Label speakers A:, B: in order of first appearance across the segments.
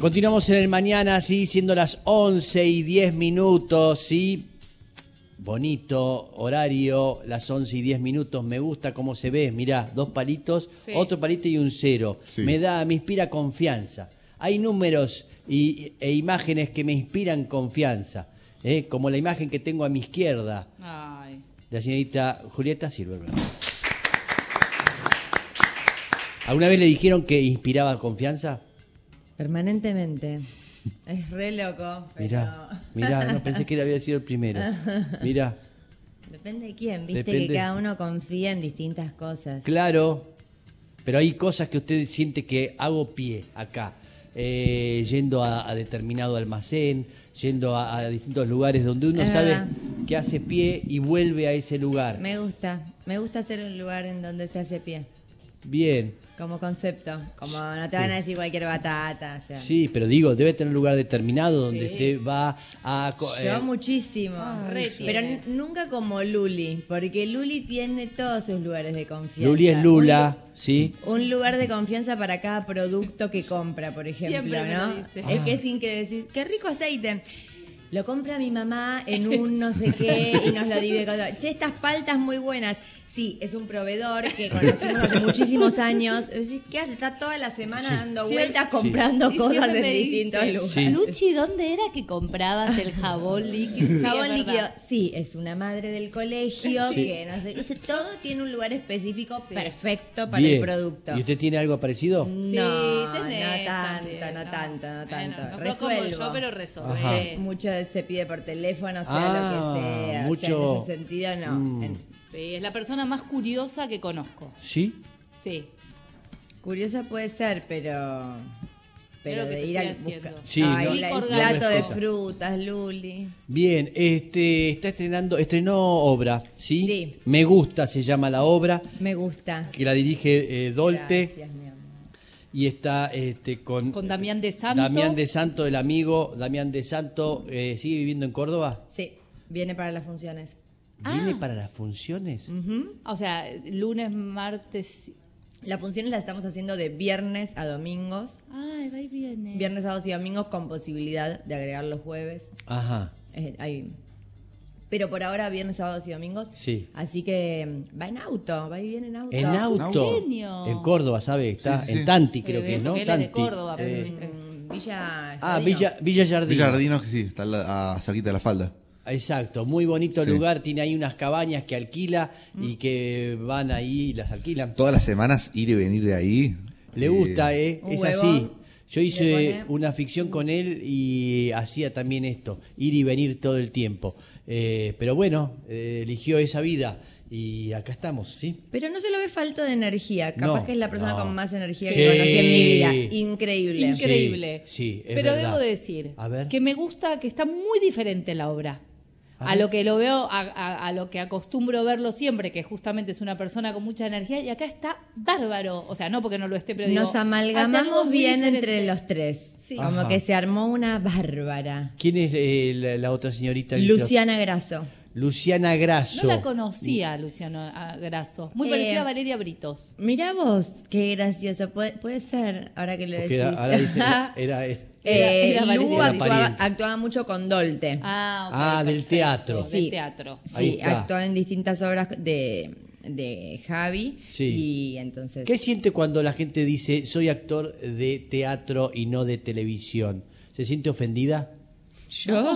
A: Continuamos en el mañana, sí, siendo las 11 y 10 minutos, sí. Bonito horario, las 11 y 10 minutos. Me gusta cómo se ve, mirá, dos palitos,
B: Sí.
A: otro palito y un cero.
C: Sí.
A: Me da, me inspira confianza. Hay números y, e imágenes que me inspiran confianza, ¿eh? como la imagen que tengo a mi izquierda,
B: Ay.
A: de la señorita Julieta Silverberg. ¿Alguna vez le dijeron que inspiraba confianza?
D: Permanentemente. Es re loco. Pero...
A: Mirá, mirá, no pensé que él había sido el primero. Mirá,
D: Depende de quién, viste
A: Depende.
D: que cada uno confía en distintas cosas.
A: claro, pero hay cosas que usted siente que hago pie acá, eh, yendo a, a determinado almacén, yendo a, a distintos lugares donde uno
D: Es
A: sabe
D: verdad.
A: que hace pie y vuelve a ese lugar.
D: Me gusta, me gusta ser un lugar en donde se hace pie,
A: Bien,
D: como concepto, como no te van a decir cualquier batata, o sea.
A: sí, pero digo, debe tener un lugar determinado donde
B: Sí.
A: usted va a... co- eh,
D: Yo muchísimo,
B: Ah, re
D: pero
B: tiene.
D: n- nunca como Luli, porque Luli tiene todos sus lugares de confianza.
A: Luli es Lula, ¿sí?
D: Un lugar de confianza para cada producto que compra, por ejemplo,
B: Siempre me
D: ¿no?
B: lo dice.
D: Es
A: Ah.
D: que sin que decir, qué rico aceite. Lo compra mi mamá en un no sé qué y nos lo divide. con todo. Che, estas paltas muy buenas. Sí, es un proveedor que conocimos hace muchísimos años. Decís, ¿Qué hace? Está toda la semana dando
B: Sí.
D: vueltas comprando
B: Y
D: cosas
B: siempre
D: en
B: me
D: distintos
B: dice,
D: lugares.
A: Sí.
E: Luchi, ¿dónde era que comprabas el jabón líquido? Sí,
D: Jabón
E: es
D: líquido,
E: verdad.
D: sí, es una madre del colegio
A: Sí.
D: que no sé, dice, todo tiene un lugar específico
E: Sí.
D: perfecto para
A: Bien.
D: el producto. Mm.
A: ¿Y usted tiene algo parecido?
D: Sí,
E: Sí,
D: no,
E: tenés
D: no tanto,
E: también,
D: no tanto, no
E: Bueno,
D: tanto.
E: no sos como
D: Resuelvo.
E: yo, pero
A: Ajá.
E: resolvé.
D: Mucho se pide por teléfono, sea
A: Ah,
D: lo que sea. o sea,
A: mucho-
D: en ese sentido, no.
A: Mm.
D: En-
E: Sí, es la persona más curiosa que conozco.
A: Sí.
E: Sí.
D: Curiosa puede ser, pero. Pero
E: Creo que
D: de
E: te
D: ir al
E: estoy haciendo.
D: busca-
A: Sí,
D: Ay,
A: no-
D: la-
E: no
D: el
E: me
D: plato de
A: escucha.
D: frutas, Luli.
A: Bien, este está estrenando, estrenó obra, ¿sí?
D: Sí.
A: Me gusta se llama la obra,
D: Me gusta.
A: que la dirige eh, Dolte
D: Gracias, mi amor.
A: y está este con
E: Con Damián de Santo.
A: Damián de Santo, el amigo, Damián de Santo, eh, sigue viviendo en Córdoba.
D: Sí, viene para las funciones.
E: Ah.
A: ¿Viene para las
E: Mm.
A: funciones?
E: O sea, lunes, martes.
D: Las funciones las estamos haciendo de viernes a domingos.
E: Ay, va y Ah, viene.
D: Viernes, sábados y domingos con posibilidad de agregar los jueves.
A: Ajá.
D: Eh, hay- Pero por ahora viernes, sábados y domingos.
A: Sí.
D: Así que mm, va en auto, va y viene en auto.
A: En auto.
E: Genio.
A: En Córdoba, ¿sabe? Está
C: Sí, sí, sí.
A: en Tanti, creo
E: Eh,
A: que es, ¿no?
E: porque él es
A: Tanti.
E: de Córdoba, pero
A: Eh,
E: viste.
D: Mm, Villa.
A: ah,
D: Jardino.
A: Villa Villa Jardín.
C: Villa Jardino, que sí, está al la- a- cerquita de la falda.
A: Exacto, muy bonito
C: Sí.
A: lugar, tiene ahí unas cabañas que alquila
E: Mm.
A: y que van ahí y las alquilan.
C: Todas las semanas ir y venir de ahí.
A: Le
C: eh,
A: gusta, ¿eh?
D: Un
A: Es
D: huevo,
A: así. Yo
D: le
A: hice
D: pone-
A: una ficción con él y hacía también esto, ir y venir todo el tiempo. Eh, pero bueno, eh, eligió esa vida y acá estamos, ¿sí?
D: Pero no se lo ve falto de energía. Capaz
A: No,
D: que es la persona
A: no.
D: con más energía
A: Sí.
D: que conocí en mi vida. Increíble.
A: Incre-
E: Increíble.
A: Sí, sí, es
E: Pero
A: verdad.
E: debo decir
A: A ver.
E: que me gusta que está muy diferente la obra.
A: A
E: A,
A: ver.
E: lo que lo veo, a, a- a lo que acostumbro verlo siempre, que justamente es una persona con mucha energía, y acá está bárbaro. O sea, no porque no lo esté, pero digo,
D: Nos
E: hace algo
D: amalgamamos
E: muy
D: bien
E: diferente.
D: entre los tres.
E: Sí.
D: Como
A: Ajá.
D: que se armó una bárbara.
A: ¿Quién es eh, la, la otra señorita?
D: Luciana Grasso.
A: Luciana Grasso.
E: No la conocía, Luciano a- Grasso. Muy
D: Eh,
E: parecida a Valeria Britos.
D: Mirá vos, qué gracioso. Puede, puede ser, ahora que lo
A: Porque
D: decís.
A: era- ahora dice, era, era-
D: Eh,
E: Era- era
D: Lu
E: pariente.
A: Era
D: actuaba,
A: pariente.
D: actuaba mucho con Dolte.
E: Ah, ok,
A: Ah, del
E: perfecto,
A: teatro.
E: Del
D: Sí.
E: teatro.
A: Ahí
D: Sí,
A: está.
D: actuaba en distintas obras de, de Javi.
A: Sí.
D: Y entonces.
A: ¿Qué siente cuando la gente dice soy actor de teatro y no de televisión? ¿Se siente ofendida?
D: ¿Yo?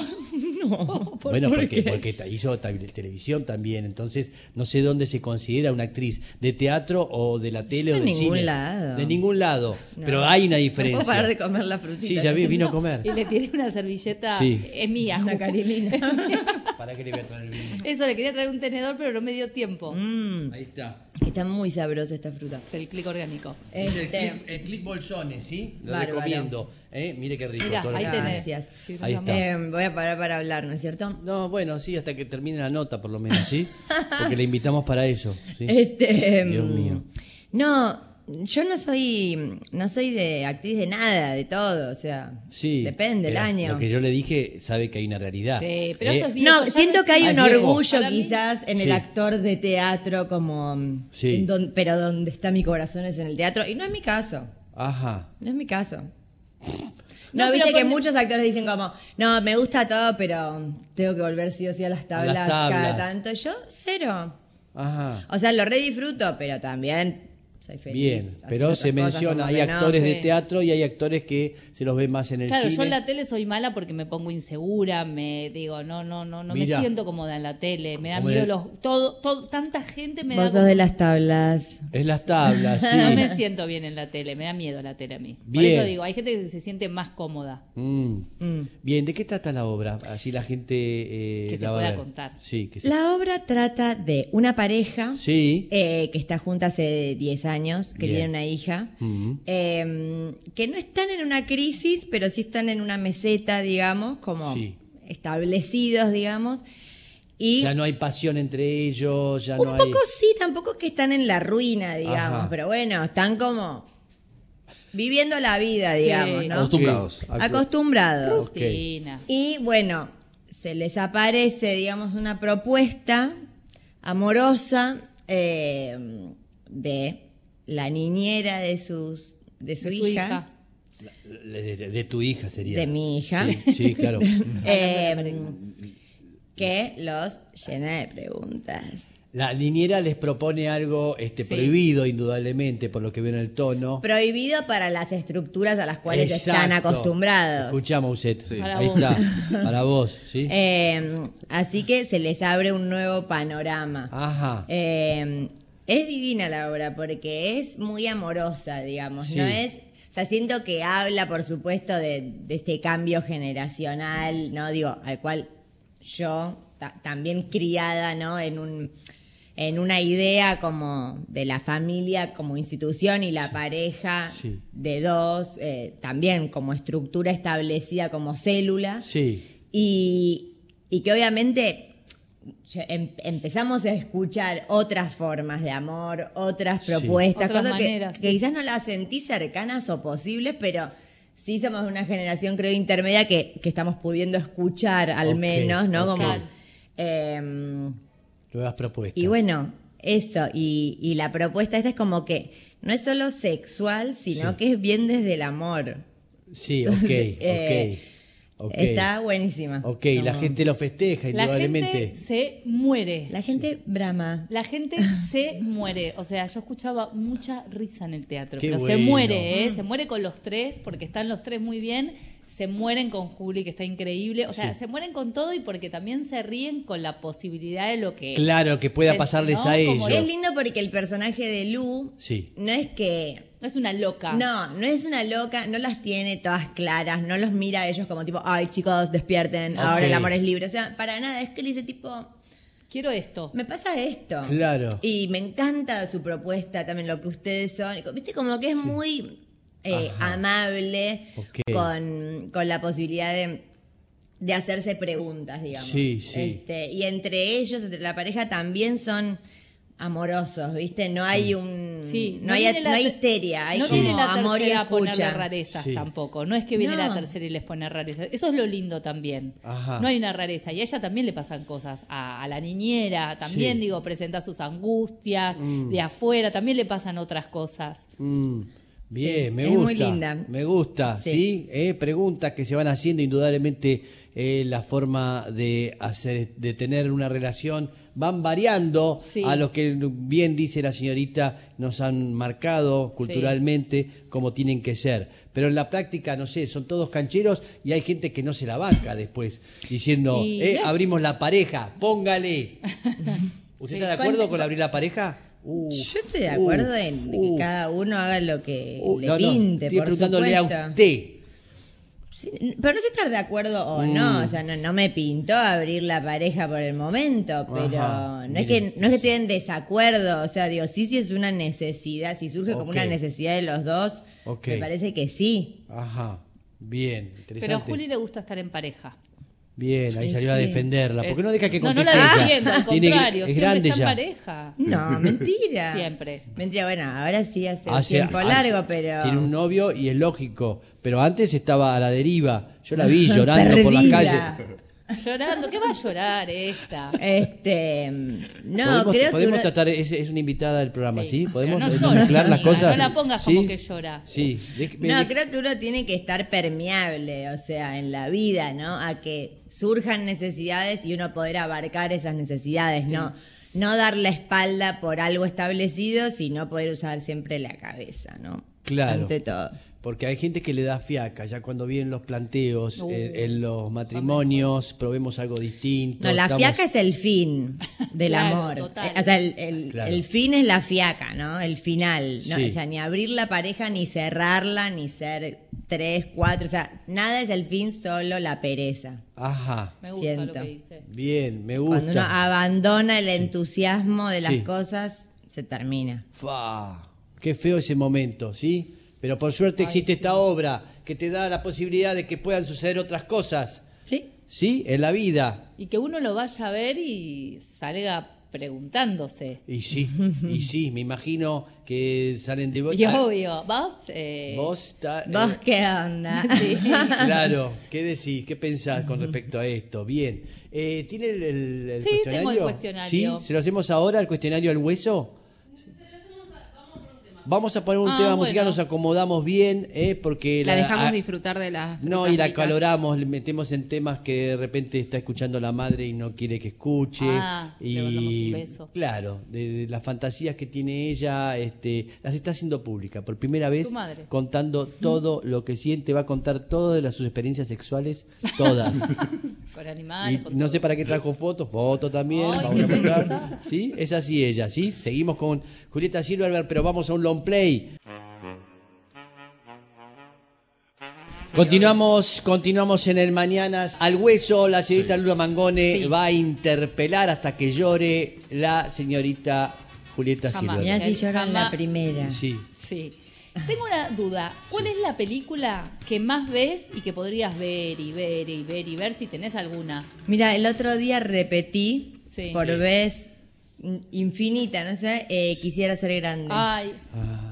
D: No. ¿Por-
A: bueno,
D: por
A: porque,
D: qué?
A: porque ta- hizo ta- televisión también, entonces no sé dónde se considera una actriz, de teatro o de la tele
D: De
A: o del
D: ningún
A: cine.
D: lado.
A: De ningún lado,
D: No.
A: pero hay una
D: No
A: diferencia.
D: puedo parar de comer la frutita.
A: Sí, ya vi, vino a comer.
E: Y le tiré una servilleta,
A: Sí.
E: es mía.
D: Una carilina.
A: ¿Para qué le voy a traer el vino?
E: Eso le quería traer un tenedor, pero no me dio tiempo.
D: Mm,
A: Ahí está.
D: está muy sabrosa esta fruta.
E: El clic orgánico.
A: Es el
D: Este,
A: clip, el clip bolsones, ¿sí? Lo
D: Bárbaro.
A: recomiendo. ¿eh? Mire qué rico.
E: Mirá,
A: todo lo
E: ahí
A: que
E: tenés.
A: tiene.
D: Gracias.
E: Sí,
A: Ahí
E: nos
A: está.
D: eh, voy a parar para hablar, ¿no es cierto?
A: No, bueno, sí, hasta que termine la nota por lo menos, ¿sí? Porque le invitamos para eso. ¿sí?
D: Este,
A: Dios
D: mm,
A: mío.
D: No, yo no soy, no soy de actriz de nada, de todo, o sea,
A: Sí.
D: depende del
A: Pero
D: año.
A: Lo que yo le dije, sabe que hay una realidad.
E: Sí, pero
A: ¿eh?
E: eso es bien.
D: No,
E: ya
D: siento
E: no
D: que hay un
A: existe. Ay, viejo.
D: orgullo
E: Para mí-
D: quizás en el
A: Sí.
D: actor de teatro como, mm,
A: Sí.
D: en don- pero donde está mi corazón es en el teatro y no es mi caso,
A: Ajá.
D: no es mi caso. No,
E: No,
D: viste
E: pero
D: que
E: ponle-
D: muchos actores dicen como, no, me gusta todo, pero tengo que volver sí o sí a
A: A
D: las
A: las
D: tablas,
A: tablas.
D: cada tanto. Yo, cero.
A: Ajá.
D: O sea, lo re disfruto, pero también soy feliz.
A: Bien,
D: haciendo
A: pero
D: otras
A: se
D: cosas,
A: menciona,
D: como
A: hay
D: que no.
A: actores de
E: sí.
A: teatro y hay actores que se los ve más en el
E: Claro,
A: cine.
E: yo en la tele soy mala porque me pongo insegura, me digo, no, no, no, no
A: Mirá.
E: me siento cómoda en la tele, me da
A: Como
E: miedo
A: el-
E: los todo, todo tanta gente me da
D: Vos
E: como-
D: sos de las tablas.
A: Es las tablas, sí.
E: No me siento bien en la tele, me da miedo la tele a mí.
A: Bien.
E: Por eso digo, hay gente que se siente más cómoda.
A: Mm.
D: Mm.
A: Bien, ¿de qué trata la obra? Así la gente eh,
E: Que se
A: la va a
E: pueda
A: ver.
E: contar.
A: Sí, que se-
D: La obra trata de una pareja
A: sí.
D: eh, que está junta hace 10 años, que
A: Bien.
D: tiene una hija,
A: Mm.
D: eh, que no están en una crisis, pero sí están en una meseta, digamos, como
A: Sí.
D: establecidos, digamos. Y
A: Ya no hay pasión entre ellos, ya
D: un
A: no hay.
D: poco sí, tampoco es que están en la ruina, digamos,
A: Ajá.
D: pero bueno, están como viviendo la vida,
E: Sí.
D: digamos, ¿no?
C: Acostum- Acostumbrados.
D: Acostumbrados.
A: Ok.
E: Cristina.
D: Y bueno, se les aparece, digamos, una propuesta amorosa eh, de la niñera de sus de su,
E: De su
D: hija.
E: hija.
A: De, de- de tu hija sería.
D: De mi hija.
A: Sí, sí, claro.
D: eh, que los llena de preguntas.
A: La niñera les propone algo este,
E: Sí.
A: prohibido, indudablemente, por lo que veo en el tono.
D: Prohibido para las estructuras a las cuales están
A: Exacto.
D: acostumbrados.
A: Escuchá, Mousset.
C: Sí.
E: Para
A: Ahí
E: vos.
A: está. Para vos, ¿sí?
D: Eh, así que se les abre un nuevo panorama.
A: Ajá.
D: Eh, es divina la obra porque es muy amorosa, digamos,
A: Sí.
D: ¿no es? O sea, siento que habla, por supuesto, de, de este cambio generacional, ¿no? Digo, al cual yo, ta- también criada, ¿no? En un en una idea como de la familia como institución y la pareja
A: Sí.
D: de dos, eh, también como estructura establecida como célula.
A: Sí.
D: Y, y que obviamente ya em- empezamos a escuchar otras formas de amor, otras
A: Sí.
D: propuestas,
E: Otras
D: cosas que-
E: maneras,
D: que,
E: sí.
D: quizás no las sentí cercanas o posibles, pero sí somos una generación, creo, intermedia que, que estamos pudiendo escuchar al
A: Ok,
D: menos, ¿no?
A: ok.
D: Como. em,
A: Nuevas propuestas.
D: y bueno, eso, y, y la propuesta esta es como que no es solo sexual, sino
A: Sí.
D: que es bien desde el amor.
A: Sí, ok,
D: eh,
A: ok. ok.
D: Está buenísima.
A: Ok, la
D: Como-
A: gente lo festeja,
E: La
A: indudablemente.
E: gente se muere.
D: La gente brama.
E: La gente se muere. O sea, yo escuchaba mucha risa en el teatro.
A: Qué
E: pero se
A: bueno.
E: muere, ¿eh? Se muere con los tres, porque están los tres muy bien. Se mueren con Juli, que está increíble. O sea,
A: Sí.
E: se mueren con todo y porque también se ríen con la posibilidad de lo que.
A: Claro, que pueda
E: No,
A: pasarles a
E: como
A: ellos.
D: Es lindo porque el personaje de Lu
A: Sí.
D: no es que.
E: No es una loca.
D: No, no es una loca, no las tiene todas claras, no los mira a ellos como tipo, ay chicos, despierten,
A: Ok.
D: ahora el amor es libre. O sea, para nada, es que le dice tipo,
E: Quiero esto.
D: me pasa esto.
A: Claro.
D: Y me encanta su propuesta también, lo que ustedes son. Viste, como que es muy eh, amable
A: Ok.
D: con, con la posibilidad de, de hacerse preguntas, digamos.
A: Sí, sí.
D: Este, y entre ellos, entre la pareja, también son amorosos, ¿viste? No hay un...
E: Sí,
D: Mm, no, hay,
E: viene la
D: no hay
E: ter-
D: histeria, hay
E: no
D: como
E: viene la
D: amor y
E: tercera a ponerle
D: escucha.
E: rarezas
A: Sí.
E: tampoco. No es que viene
D: No.
E: la tercera y les pone rarezas. Eso es lo lindo también.
A: Ajá.
E: No hay una rareza. Y a ella también le pasan cosas. A, a la niñera también,
A: Sí.
E: digo, presenta sus angustias de afuera. También le pasan otras cosas.
A: Mm, Bien, me
D: es
A: gusta.
D: muy linda.
A: Me gusta, ¿sí?
D: Sí.
A: Eh, preguntas que se van haciendo, indudablemente eh, la forma de hacer, de tener una relación van variando
E: Sí.
A: a los que bien dice la señorita nos han marcado culturalmente como tienen que ser. Pero en la práctica, no sé, son todos cancheros y hay gente que no se la banca después, diciendo,
E: Y-
A: eh, abrimos la pareja, póngale. ¿Usted está de acuerdo
D: ¿Cuánto-
A: con abrir la pareja? Uf,
D: Yo estoy de acuerdo
A: uf,
D: en que
A: uf.
D: cada uno haga lo que
A: Uh,
D: le
A: no, no,
D: pinte,
A: estoy
D: por
A: preguntándole
D: supuesto.
A: a usted.
D: Sí, pero no sé estar de acuerdo o
A: Mm.
D: no, o sea, no, no me pintó abrir la pareja por el momento, pero
A: Ajá,
D: no
A: mire.
D: es que no es que estoy en desacuerdo, o sea, digo, sí, sí es una necesidad, si surge como
A: Ok.
D: una necesidad de los dos,
A: Ok.
D: me parece que sí.
A: Ajá, bien, interesante.
E: Pero a Juli le gusta estar en pareja.
A: Bien, ahí
D: Sí,
A: salió a
D: sí.
A: defenderla. Porque no deja que
E: No, no
A: conteste
E: la
A: ella.
E: defiendo, al
A: Tiene-
E: contrario.
A: es
E: siempre
A: grande
E: está en
A: ya.
E: pareja.
D: No, mentira.
E: Siempre.
D: Mentira, bueno, ahora sí hace un
A: Hace-
D: tiempo
A: hace-
D: largo, pero
A: ah, Tiene un novio y es lógico. Pero antes estaba a la deriva. Yo la vi llorando por la
D: Perdida.
A: calle.
E: Llorando, ¿qué va a llorar esta?
D: Este, no,
A: podemos
D: creo
A: podemos
D: que uno-
A: tratar, es, es una invitada del programa, ¿sí?
E: Pero
A: Podemos
E: no
A: podemos
E: llora,
A: mezclar las
E: amiga,
A: cosas.
E: no la pongas
A: ¿Sí?
E: como que llora.
A: Sí, de-
D: No,
A: de-
D: creo que uno tiene que estar permeable, o sea, en la vida, ¿no? A que surjan necesidades y uno poder abarcar esas necesidades, ¿no? No dar la espalda por algo establecido, sino poder usar siempre la cabeza, ¿no?
A: Claro.
D: Ante todo.
A: Porque hay gente que le da fiaca, ya cuando vienen los planteos,
E: Uh,
A: en, en los matrimonios, probemos algo distinto.
D: No, la
A: estamos-
D: fiaca es el fin del
E: Claro,
D: amor.
E: total.
D: Eh, O sea, el, el-
A: Claro.
D: el fin es la fiaca, ¿no? El final. No,
A: Sí.
D: O sea, ni abrir la pareja, ni cerrarla, ni ser tres, cuatro. O sea, nada es el fin, solo la pereza.
A: Ajá,
E: Me gusta lo
D: Siento.
E: que dice.
A: bien, me
D: Cuando uno
A: gusta.
D: abandona el entusiasmo de las
A: Sí.
D: cosas, se termina.
A: Fa, qué feo ese momento, ¿sí? Pero por suerte existe esta obra que te da la posibilidad de que puedan suceder otras cosas,
D: ¿Sí?
A: ¿sí? En la vida.
E: Y que uno lo vaya a ver y salga preguntándose.
A: Y sí, y sí, me imagino que salen de vos. Ah,
E: Y obvio, vos, eh,
A: Vos está-
D: ¿Vos
A: eh,
D: qué onda?
E: sí.
A: Claro, ¿qué decís? ¿Qué pensás con respecto a esto? Bien. Eh, ¿Tiene el, el- el
E: Sí,
A: cuestionario?
E: tengo el cuestionario.
A: ¿Sí? ¿Se lo hacemos ahora, el cuestionario al hueso? Vamos a poner un
E: Ah,
A: tema
E: bueno.
A: musical, nos acomodamos bien, eh, porque
B: La dejamos
A: a-
B: disfrutar de las.
A: No,
B: frutas
A: y la
B: ricas.
A: caloramos, le metemos en temas que de repente está escuchando la madre y no quiere que escuche.
E: Ah, le
A: y
E: mandamos un beso.
A: Claro, de, de las fantasías que tiene ella, este, las está haciendo pública por primera vez,
E: Tu madre.
A: contando todo lo que siente, va a contar todas las- sus experiencias sexuales, todas.
E: con
A: Y
D: Ah,
E: animales. con
A: no
E: todo.
A: sé para qué trajo fotos, fotos también.
E: Ay,
A: vamos a
E: qué
A: mostrar.
E: pesada.
A: ¿Sí? Es así ella, ¿sí? Seguimos con Julieta Silverberg, pero vamos a un long play. Continuamos, continuamos en el Mañanas. Al hueso, la señorita Lula Mangone va a interpelar hasta que llore la señorita Julieta
E: Jamás.
A: Silverberg.
D: Mirá si
E: Él
D: llora en la
E: jamás-
D: primera.
A: Sí.
E: Sí. Tengo una duda. ¿Cuál es la película que más ves y que podrías ver y ver y ver y ver si tenés alguna?
D: Mira, el otro día repetí
E: Sí.
D: por
E: Sí.
D: vez in- infinita, no sé, eh, quisiera ser grande.
E: Ay.
D: Ah.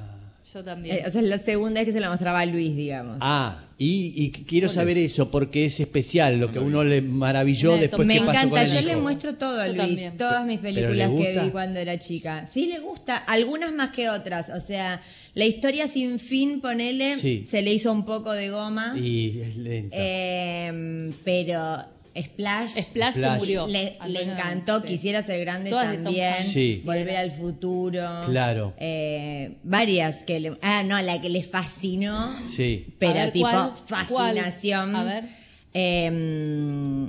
E: Yo también.
D: Eh, o sea, es la segunda vez que se la mostraba a Luis, digamos.
A: Ah, y, y quiero saber eso porque es especial lo que a uno le maravilló
E: Una de
A: después
D: Me
A: que pues, pasó con
D: encanta,
A: el
D: yo
A: hijo.
D: le muestro todo a
E: Yo
D: Luis,
E: también.
D: todas mis
A: ¿Pero le
D: películas que
A: gusta?
D: vi cuando era chica. Sí, le gusta, algunas más que otras. O sea, la historia sin fin, ponele,
A: Sí.
D: se le hizo un poco de goma.
A: Y es lenta.
D: Eh, pero Splash,
E: Splash, se
A: Splash.
E: muriera. murió.
D: le, le
E: Antonio,
D: encantó,
E: sí.
D: quisiera ser grande
E: Todas de Tom
D: también.
E: Hanks.
A: Sí.
D: Volver al futuro.
A: Claro.
D: Eh, varias que le. Ah, no, la que le fascinó.
A: Sí.
D: Pero
E: A ver,
D: tipo,
E: ¿cuál? ¿Cuál?
D: fascinación.
E: A ver.
D: Eh,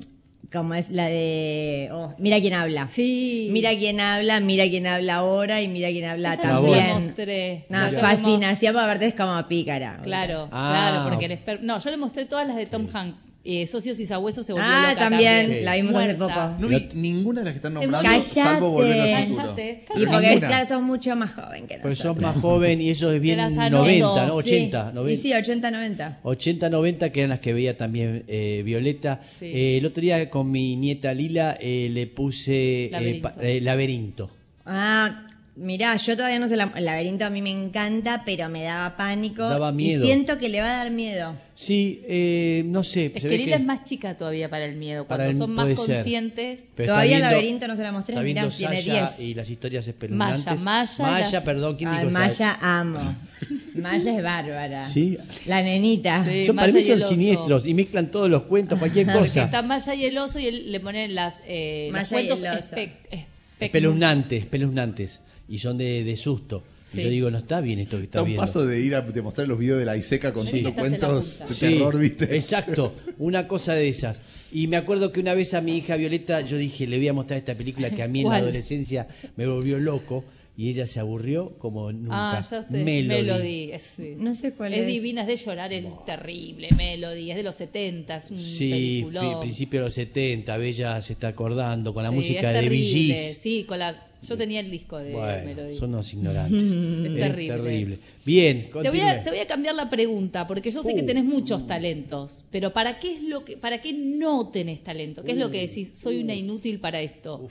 D: como es la de. oh, mira quién habla.
E: Sí.
D: Mira quién habla, mira quién habla ahora y mira quién habla
E: Esa no se la
D: también.
E: mostré.
D: No,
E: Yo como-
D: fascinación, porque aparte es como pícara.
E: Claro,
A: Ah.
E: claro, porque el exper- No, yo le mostré todas las de Tom Hanks. Eh, Socios y Sabuesos se volvió
D: Ah,
E: loca
D: también,
A: Sí.
D: la vimos hace
E: Muerta.
D: poco.
C: No vi ninguna de las que están nombrando,
D: Cállate.
C: salvo volver al futuro.
E: Cállate.
D: Y porque
C: Ninguna.
D: claro, sos mucho más joven que
A: Pues
D: nosotros.
A: sos más joven y eso es bien
E: las
A: 90,
E: anoto,
A: ¿no?
E: sí.
A: 80,
D: Y
A: 90.
D: sí, 80, 90.
A: 80, 90, que eran las que veía también eh, Violeta.
E: Sí.
A: Eh, el otro día con mi nieta Lila eh, le puse eh,
E: Laberinto.
A: pa- eh, laberinto.
D: Ah, mirá, yo todavía no sé la, el laberinto a mí me encanta, pero me daba pánico.
A: Daba miedo.
D: Y siento que le va a dar miedo.
A: Sí, eh, no sé.
E: Es
A: se
E: que
A: ve
E: Lila es más chica todavía para el miedo. Cuando
A: para el-
E: son más
A: puede ser.
E: conscientes.
A: Pero está
D: todavía el
A: viendo-
D: laberinto no se la mostré,
A: Está
D: mirá,
A: viendo
D: tiene
A: Sasha
D: 10.
A: y las historias espeluznantes.
E: Maya,
A: Maya,
E: las-
A: perdón, ¿quién
D: Ay,
A: dijo Sasha?
D: Maya amo. Maya es bárbara.
A: Sí.
D: La nenita.
E: Sí.
A: Son, para
E: Maya
A: mí
E: y
A: son
E: el oso.
A: siniestros y mezclan todos los cuentos, cualquier
E: Porque
A: cosa.
E: está Maya y el oso y él- le ponen las, eh, los
D: Maya y
E: cuentos
D: el oso.
E: espect- espect-
A: Espeluznantes, espeluznantes. Y son de, de susto.
E: Sí.
A: Y yo digo, no está bien esto que
C: Está
A: está
C: un
A: viendo.
C: paso de ir a de mostrar los videos de la Iseca
E: Sí.
C: contando
E: Estás en la
C: cuentos
E: punta.
C: de
A: Sí,
C: terror, ¿viste?
A: Exacto, una cosa de esas. Y me acuerdo que una vez a mi hija Violeta yo dije, le voy a mostrar esta película que a mí en la
E: ¿Cuál?
A: adolescencia me volvió loco y ella se aburrió como nunca.
E: Ah, ya sé. Melody.
A: Melody.
E: es, sí.
D: No sé cuál es.
E: divina, es de llorar, es terrible. Melody, es de los 70, es un
A: Sí, fi-
E: peliculón.
A: principio de los 70, Bella se está acordando con la
E: Sí,
A: música
E: es
A: de
E: terrible.
A: Billys.
E: Sí, con la, yo tenía el disco de
A: Bueno,
E: Melody.
A: son unos ignorantes. es
E: terrible.
A: Bien,
E: Te voy, a,
A: continúe.
E: te voy a cambiar la pregunta, porque yo sé que
A: Uh.
E: tenés muchos talentos, pero ¿para qué es lo que, para qué no tenés talento? ¿Qué es lo
A: Uh.
E: que decís? Soy una inútil para esto.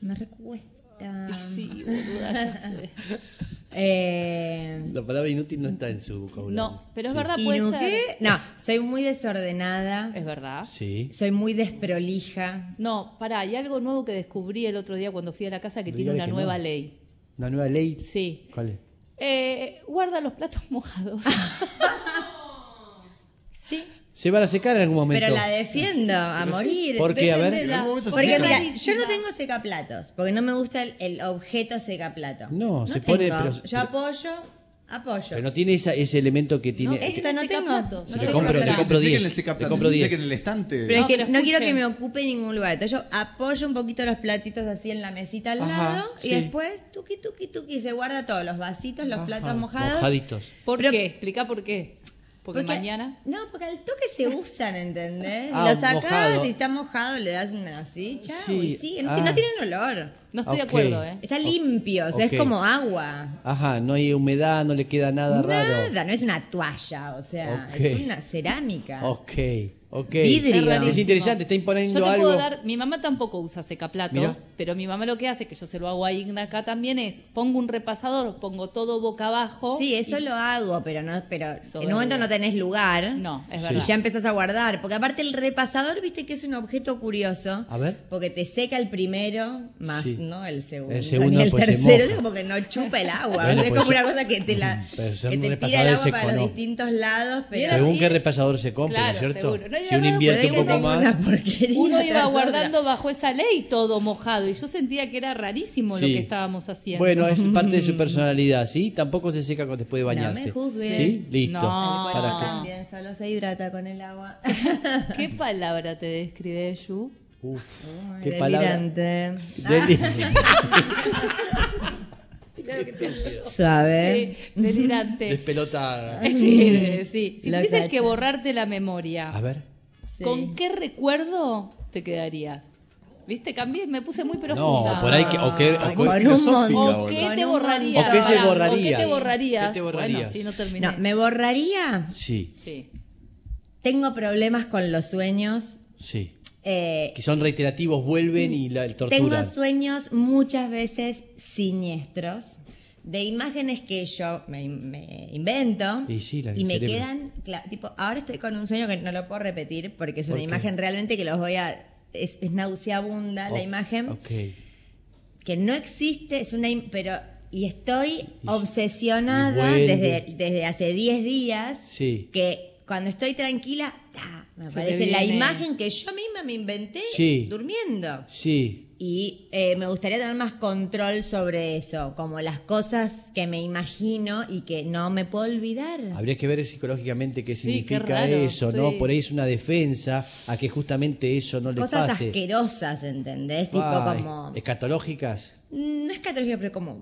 D: Me recuesta.
E: Sí, boluda, ya sé.
D: Eh,
A: La palabra inútil no está en su vocabulario.
E: No, pero es verdad,
D: ¿y
E: puede
D: no
E: ser. Eh.
D: qué? No, soy muy desordenada.
E: Es verdad.
A: Sí.
D: Soy muy desprolija.
E: No, pará, hay algo nuevo que descubrí el otro día cuando fui a la casa que
A: No
E: tiene
A: digas
E: una
A: que
E: nueva
A: no.
E: ley.
A: ¿Una nueva ley?
E: Sí.
A: ¿Cuál es?
E: Eh, guarda los platos mojados.
D: Sí.
A: Se van a secar en algún momento.
D: Pero la defiendo a morir.
A: ¿Por qué? A ver.
E: Depende de la-
C: En algún momento
D: Porque
C: Sí,
D: mira,
E: rarísima.
D: yo no tengo secaplatos, porque no me gusta el, el objeto secaplato.
A: No, se pone,
D: tengo.
A: pero-
D: yo
A: pero-
D: apoyo, apoyo.
A: Pero no tiene esa- ese elemento que tiene.
E: No,
A: que-
D: esto no
E: seca
D: tengo.
E: platos,
D: Se
E: no
A: le
E: tengo
A: compro,
E: platos.
A: le compro
C: Ah, Se seca
A: 10.
C: en el secaplato,
A: Le compro
C: se seca
A: 10.
C: en el estante.
D: Pero es
E: No,
D: que
E: pero
D: no quiero que
E: escuchen.
D: me ocupe ningún lugar. Entonces yo apoyo un poquito los platitos así en la mesita al
A: Ajá,
D: lado
A: sí.
D: y después tuqui, tuqui, tuqui, se guarda todos los vasitos, los platos mojados.
A: Mojaditos.
E: ¿Por
D: Pero-
E: qué? Explica por qué. Porque, mañana.
D: No, porque al toque se usan, ¿entendés?
A: Ah,
D: lo sacás,
A: mojado.
D: si está mojado le das una así, chao,
A: Sí,
D: y sí. No,
A: ah.
D: no tienen olor.
E: No estoy
A: Ok.
E: de acuerdo, ¿eh?
D: Está limpio, o sea,
A: ok.
D: es como agua.
A: Ajá, no hay humedad, no le queda nada, raro.
D: Nada, no es una toalla, o sea,
A: Ok.
D: es una cerámica.
A: Ok, ok.
D: Vidrio.
E: Es rarísimo.
A: Es interesante, está imponiendo
E: Yo te puedo
A: algo.
E: dar, mi mamá tampoco usa secaplatos,
A: Mirá.
E: pero mi mamá lo que hace, que yo se lo hago a Igna acá también, es pongo un repasador, pongo todo boca abajo.
D: Sí, eso
E: y-
D: lo hago, pero no, pero en
E: Soberbia.
D: un momento no tenés lugar.
E: No, es
D: Y
E: verdad.
D: ya empezás a guardar, porque aparte el repasador, viste que es un objeto curioso.
A: A ver.
D: Porque te seca el primero, más
A: Sí.
D: no el segundo.
A: El segundo,
D: y el
A: pues, se
D: tercero
A: moja.
D: es como que no chupa el agua.
A: Bueno,
D: es
A: pues,
D: como una cosa que te la
A: pero ser
D: que
A: un
D: te tira
A: repasador
D: el
A: se
D: agua para los
A: cono-
D: distintos lados, pero
A: Según
E: Y-
A: qué repasador se compre, ¿no
E: Claro,
A: es cierto?
E: seguro. No, yo
A: si uno
E: no,
A: invierte
E: pero
A: un
E: es que
A: poco
E: tengo
A: más.
E: Uno iba guardando bajo esa ley todo mojado y yo sentía que era rarísimo lo
A: Sí.
E: que estábamos haciendo.
A: Bueno, es parte de su personalidad, ¿sí? Tampoco se seca con- después de
D: me
A: bañarse.
D: juzgues.
A: ¿Sí? Listo.
E: No.
D: El
A: Para
D: cuerpo
A: que-
D: también solo se hidrata con el agua.
E: ¿Qué palabra te describe, Yu?
A: Uf,
D: Ay,
A: qué palabra.
D: Delirante.
A: Deli-
D: Suave.
E: Eh, delirante.
A: Despelotada.
E: Sí, sí. Si
D: Lo
E: tuvieses
D: cacho.
E: que borrarte la memoria,
A: A ver.
D: Sí.
E: ¿con qué recuerdo te quedarías? ¿Viste? Cambié, me puse muy profunda.
A: No, por ahí que. O que, o
D: Ay,
A: que-
D: con un
C: filosófica
E: ¿O
C: ahora.
E: qué
D: Con
E: te
D: un
E: borrarías?
A: montón. ¿O qué se
E: Pará,
A: borrarías?
E: ¿O qué te borrarías?
A: ¿Qué te borrarías?
E: Bueno, sí, no terminé.
D: No, me borraría.
A: Sí,
E: Sí.
D: Tengo problemas con los sueños.
A: sí.
D: Eh,
A: Que son reiterativos, vuelven y la el
D: tengo
A: torturan.
D: sueños muchas veces siniestros de imágenes que yo me, me invento
A: Y sí, la del
D: y me
A: cerebro.
D: quedan, cla- tipo, ahora estoy con un sueño que no lo puedo repetir porque es
A: ¿Por
D: una
A: qué?
D: imagen realmente que los voy a, es, es nauseabunda la
A: O-
D: imagen,
A: Ok.
D: que no existe, es una, im- pero, y estoy obsesionada
A: y vuelve.
D: desde, desde hace 10 días
A: Sí.
D: que cuando estoy tranquila, ta, me
E: Se te
D: aparece la
E: viene.
D: imagen que yo misma me inventé
A: Sí.
D: durmiendo.
A: Sí.
D: Y eh, me gustaría tener más control sobre eso, como las cosas que me imagino y que no me puedo olvidar.
A: Habría que ver psicológicamente qué
E: Sí,
A: significa
E: qué raro,
A: eso, ¿no?
E: sí.
A: Por ahí es una defensa a que justamente eso no le
D: Cosas
A: pase.
D: asquerosas, ¿entendés?
A: Ah,
D: tipo como... mm,
A: Escatológicas.
D: No es catología, pero como...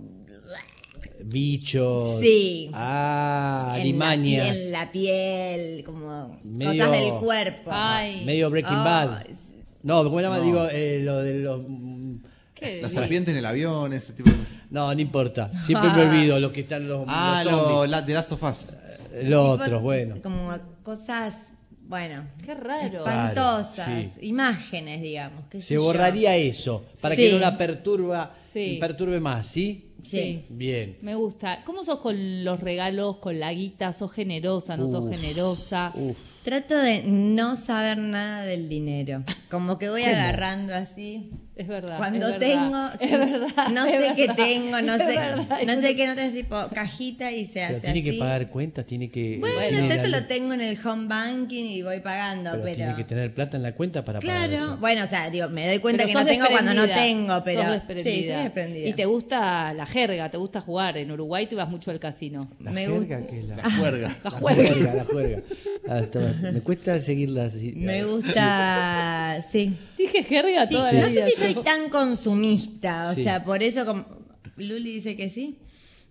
A: Bichos.
D: Sí.
A: Ah,
D: en la,
A: alimañas.
D: piel, la piel, como
A: Medio-
D: cosas del cuerpo.
E: Ay.
A: Medio Breaking
D: Ah,
A: Bad.
D: es-
A: No, ¿cómo era? Digo, eh, lo de los. mm,
E: ¿Qué?
C: Ah, La serpiente en el avión, ese tipo de cosas.
A: No, no importa. Siempre me olvido lo que están los.
C: Ah,
A: los
C: lo,
A: zombies.
C: la, The Last of Us.
A: Lo
D: Tipo,
A: otro, bueno.
D: Como cosas, bueno,
E: Qué raro.
D: espantosas,
A: Claro,
D: imágenes, digamos. qué sé
A: Se
D: yo.
A: borraría eso, para
D: Sí.
A: que no la perturba,
E: Sí.
A: perturbe más, ¿sí?
D: Sí.
A: Bien.
E: Me gusta. ¿Cómo sos con los regalos, con la guita? ¿Sos generosa, no sos
A: Uf,
E: generosa?
A: Uf.
D: Trato de no saber nada del dinero. Como que voy agarrando así.
E: Es verdad.
D: Cuando
E: es
D: tengo,
E: verdad. es verdad.
D: no
E: es
D: sé qué
E: verdad,
D: tengo, no
E: es
D: sé,
E: verdad.
D: no sé qué no tengo, tipo cajita y se
A: Pero
D: hace
A: tiene
D: así.
A: que pagar cuentas, tiene que.
D: Bueno,
A: tiene
D: entonces
A: la-
D: lo tengo en el home banking y voy pagando,
A: Pero,
D: pero,
A: tiene que tener plata en la cuenta para pagar.
D: claro,
A: eso.
D: bueno, o sea, digo, me doy cuenta
E: Pero
D: que
E: sos
D: no tengo cuando no
E: desprendida,
D: tengo, pero
E: sos
D: sí, soy
E: desprendida.
D: desprendida.
E: Y te gusta la jerga, te gusta jugar. En Uruguay te vas mucho al casino.
A: La
D: me
A: jerga que es la.
E: Ah,
C: La juerga.
A: la
E: La juega.
A: la juerga. Ah, está- me cuesta seguirla así.
D: Me gusta, sí.
E: Dije jerga
D: Sí,
E: toda la
D: No
E: vida.
D: sé si soy
E: yo.
D: tan consumista, o
A: Sí.
D: sea, por eso como Luli dice que sí.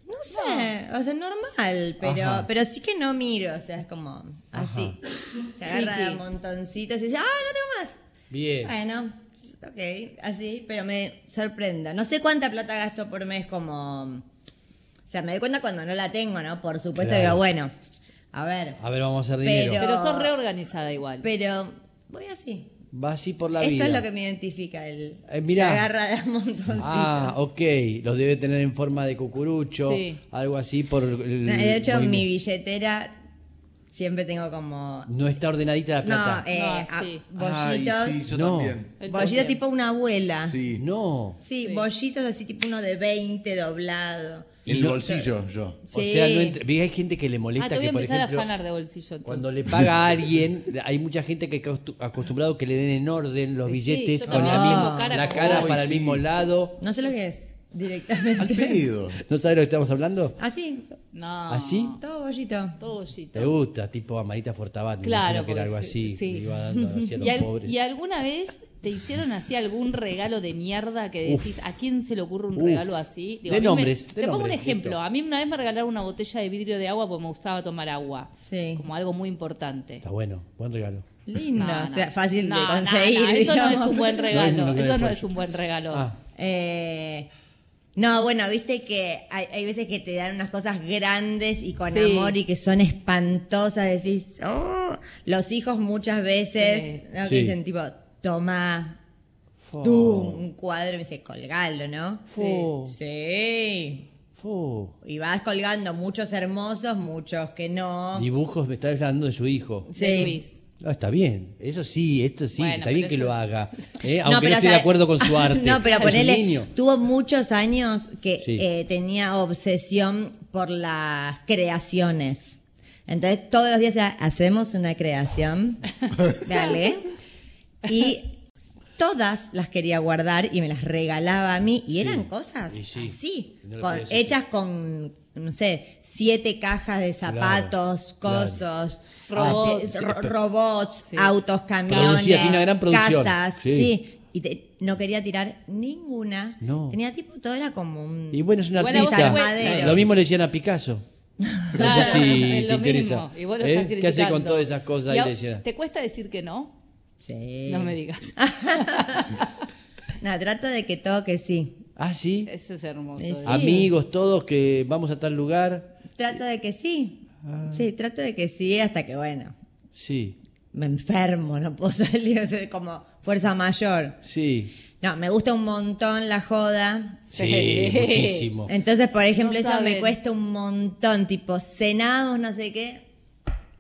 D: No sé, o sea, normal, pero,
A: Ajá.
D: pero sí que no miro, o sea, es como así. Se agarra de
E: Friki.
D: montoncitos y dice, ¡ah, no tengo más!
A: Bien.
D: Bueno, ok, así, pero me sorprendo. No sé cuánta plata gasto por mes como... O sea, me doy cuenta cuando no la tengo, ¿no? Por supuesto,
A: Claro. Ah.
D: digo, bueno, a ver,
A: A ver, vamos a hacer
D: Pero-
A: dinero.
E: Pero sos reorganizada igual.
D: pero voy así.
A: Va así por la
D: Esto
A: vida.
D: es lo que me identifica él.
A: Eh, mirá.
D: Se agarra de montoncito.
A: Ah, ok. Los debe tener en forma de cucurucho,
E: Sí.
A: algo así por el-
D: No, de hecho,
A: el-
D: mi billetera siempre tengo como.
A: No está ordenadita la plata.
D: No, eh,
E: No,
D: a-
E: sí.
C: Ay,
D: bollitos.
C: sí, yo
A: No.
C: también.
E: Él
D: bollitos
E: también.
D: tipo una abuela. Sí.
C: Sí.
A: No.
E: Sí.
D: bollitos así tipo uno de 20 doblado.
C: El
A: no-
C: bolsillo, yo.
A: O
D: Sí.
A: sea, no entra- vi, hay gente que le molesta
E: Ah, te voy a
A: que, por
E: empezar
A: ejemplo,
E: a afanar de bolsillo. entonces.
A: cuando le paga a alguien, hay mucha gente que acostu- acostumbrado que le den en orden los
E: Sí,
A: billetes
E: yo
A: con la,
E: también
A: misma-
E: tengo cara
A: la
E: como
A: cara
C: vos.
A: para el
C: Ay, sí.
A: mismo lado.
D: No sé lo que es
C: Al
D: directamente.
C: pedo.
A: ¿No sabes lo que estamos hablando?
D: Así,
E: No.
A: ¿Así?
D: todo bollito.
E: Todo bollito.
A: Te gusta, tipo Amarita Fortabat, me
E: Claro,
A: imagino que era
E: porque
A: algo
E: sí,
A: así,
E: sí.
A: que iba dando así a los
E: ¿Y, al-
A: pobres.
E: y alguna vez te hicieron así algún regalo de mierda que
A: Uf.
E: decís, ¿a quién se le ocurre un
A: Uf.
E: regalo así?
A: De
E: a mí me-
A: nombres, de
E: te pongo un
A: nombres,
E: ejemplo.
A: listo.
E: A mí una vez me regalaron una botella de vidrio de agua porque me gustaba tomar agua.
D: Sí.
E: Como algo muy importante.
A: Está bueno, buen regalo.
D: Lindo,
E: No,
D: o sea,
E: no.
D: fácil
E: No,
D: de
E: no,
D: conseguir.
E: no, eso no es
D: digamos.
E: un buen regalo.
A: No, no, no,
E: eso
A: no,
E: no
A: no.
E: es un buen regalo.
A: Ah,
D: Eh, no, bueno, viste que hay, hay veces que te dan unas cosas grandes y con
E: Sí.
D: amor y que son espantosas. Decís, "Oh". los hijos muchas veces
E: Sí.
D: ¿no? que
A: Sí.
D: dicen, tipo, toma tú
E: Oh.
D: un cuadro y me dice, colgalo, ¿no?
A: Fu.
D: Sí.
A: fu.
D: Y vas colgando muchos hermosos, muchos que no.
A: Dibujos, me está hablando de su hijo.
E: De
D: Sí.
E: Luis.
A: No, está bien, eso sí, esto sí,
E: Bueno,
A: está bien
E: pero
A: que
E: eso-
A: lo haga. ¿eh?
D: No,
A: Aunque no,
D: pero,
A: esté
D: o
A: de
D: sea,
A: acuerdo con su arte.
D: No, pero
A: Es un
D: ponele,
A: niño.
D: tuvo muchos años que
A: Sí.
D: eh, tenía obsesión por las creaciones. Entonces todos los días era, hacemos una creación, dale. Y todas las quería guardar y me las regalaba a mí. Y eran cosas
A: y sí,
D: así,
A: no lo
D: con-
A: podías
D: hechas con, no sé, siete cajas de zapatos,
A: claro.
D: cosos,
E: Robots.
D: así, ro- robots,
E: Sí.
D: autos, camiones,
A: Producía, tenía una gran producción.
D: casas,
A: Sí.
D: sí y te- no quería tirar ninguna.
A: No.
D: Tenía tipo, todo era como un...
A: Y bueno, es un
E: Igual a vos
A: artista.
E: te cuesta.
A: Lo mismo le decían a Picasso.
E: Claro,
A: no sé si te
E: es lo
A: interesa.
E: mismo. Y vos lo
A: ¿Eh?
E: estás
A: ¿Qué hace con
E: criticando.
A: todas esas cosas?
E: Y
A: Y
E: a-
A: le Eh. decían,
E: ¿Te cuesta decir que no?
D: Sí.
E: No me digas.
D: No, trata de que todo que sí.
A: ah, sí,
E: Ese es hermoso.
D: Sí.
A: amigos todos que vamos a tal lugar.
D: Trato de que sí.
A: Ah.
D: Sí, trato de que sí hasta que, bueno,
A: Sí,
D: me enfermo, no puedo salir, o sea, como fuerza mayor.
A: sí.
D: No, me gusta un montón la joda.
A: Sí,
E: Sí.
A: muchísimo.
D: Entonces, por ejemplo,
E: No
D: eso
E: saben.
D: me cuesta un montón. Tipo, cenamos, no sé qué.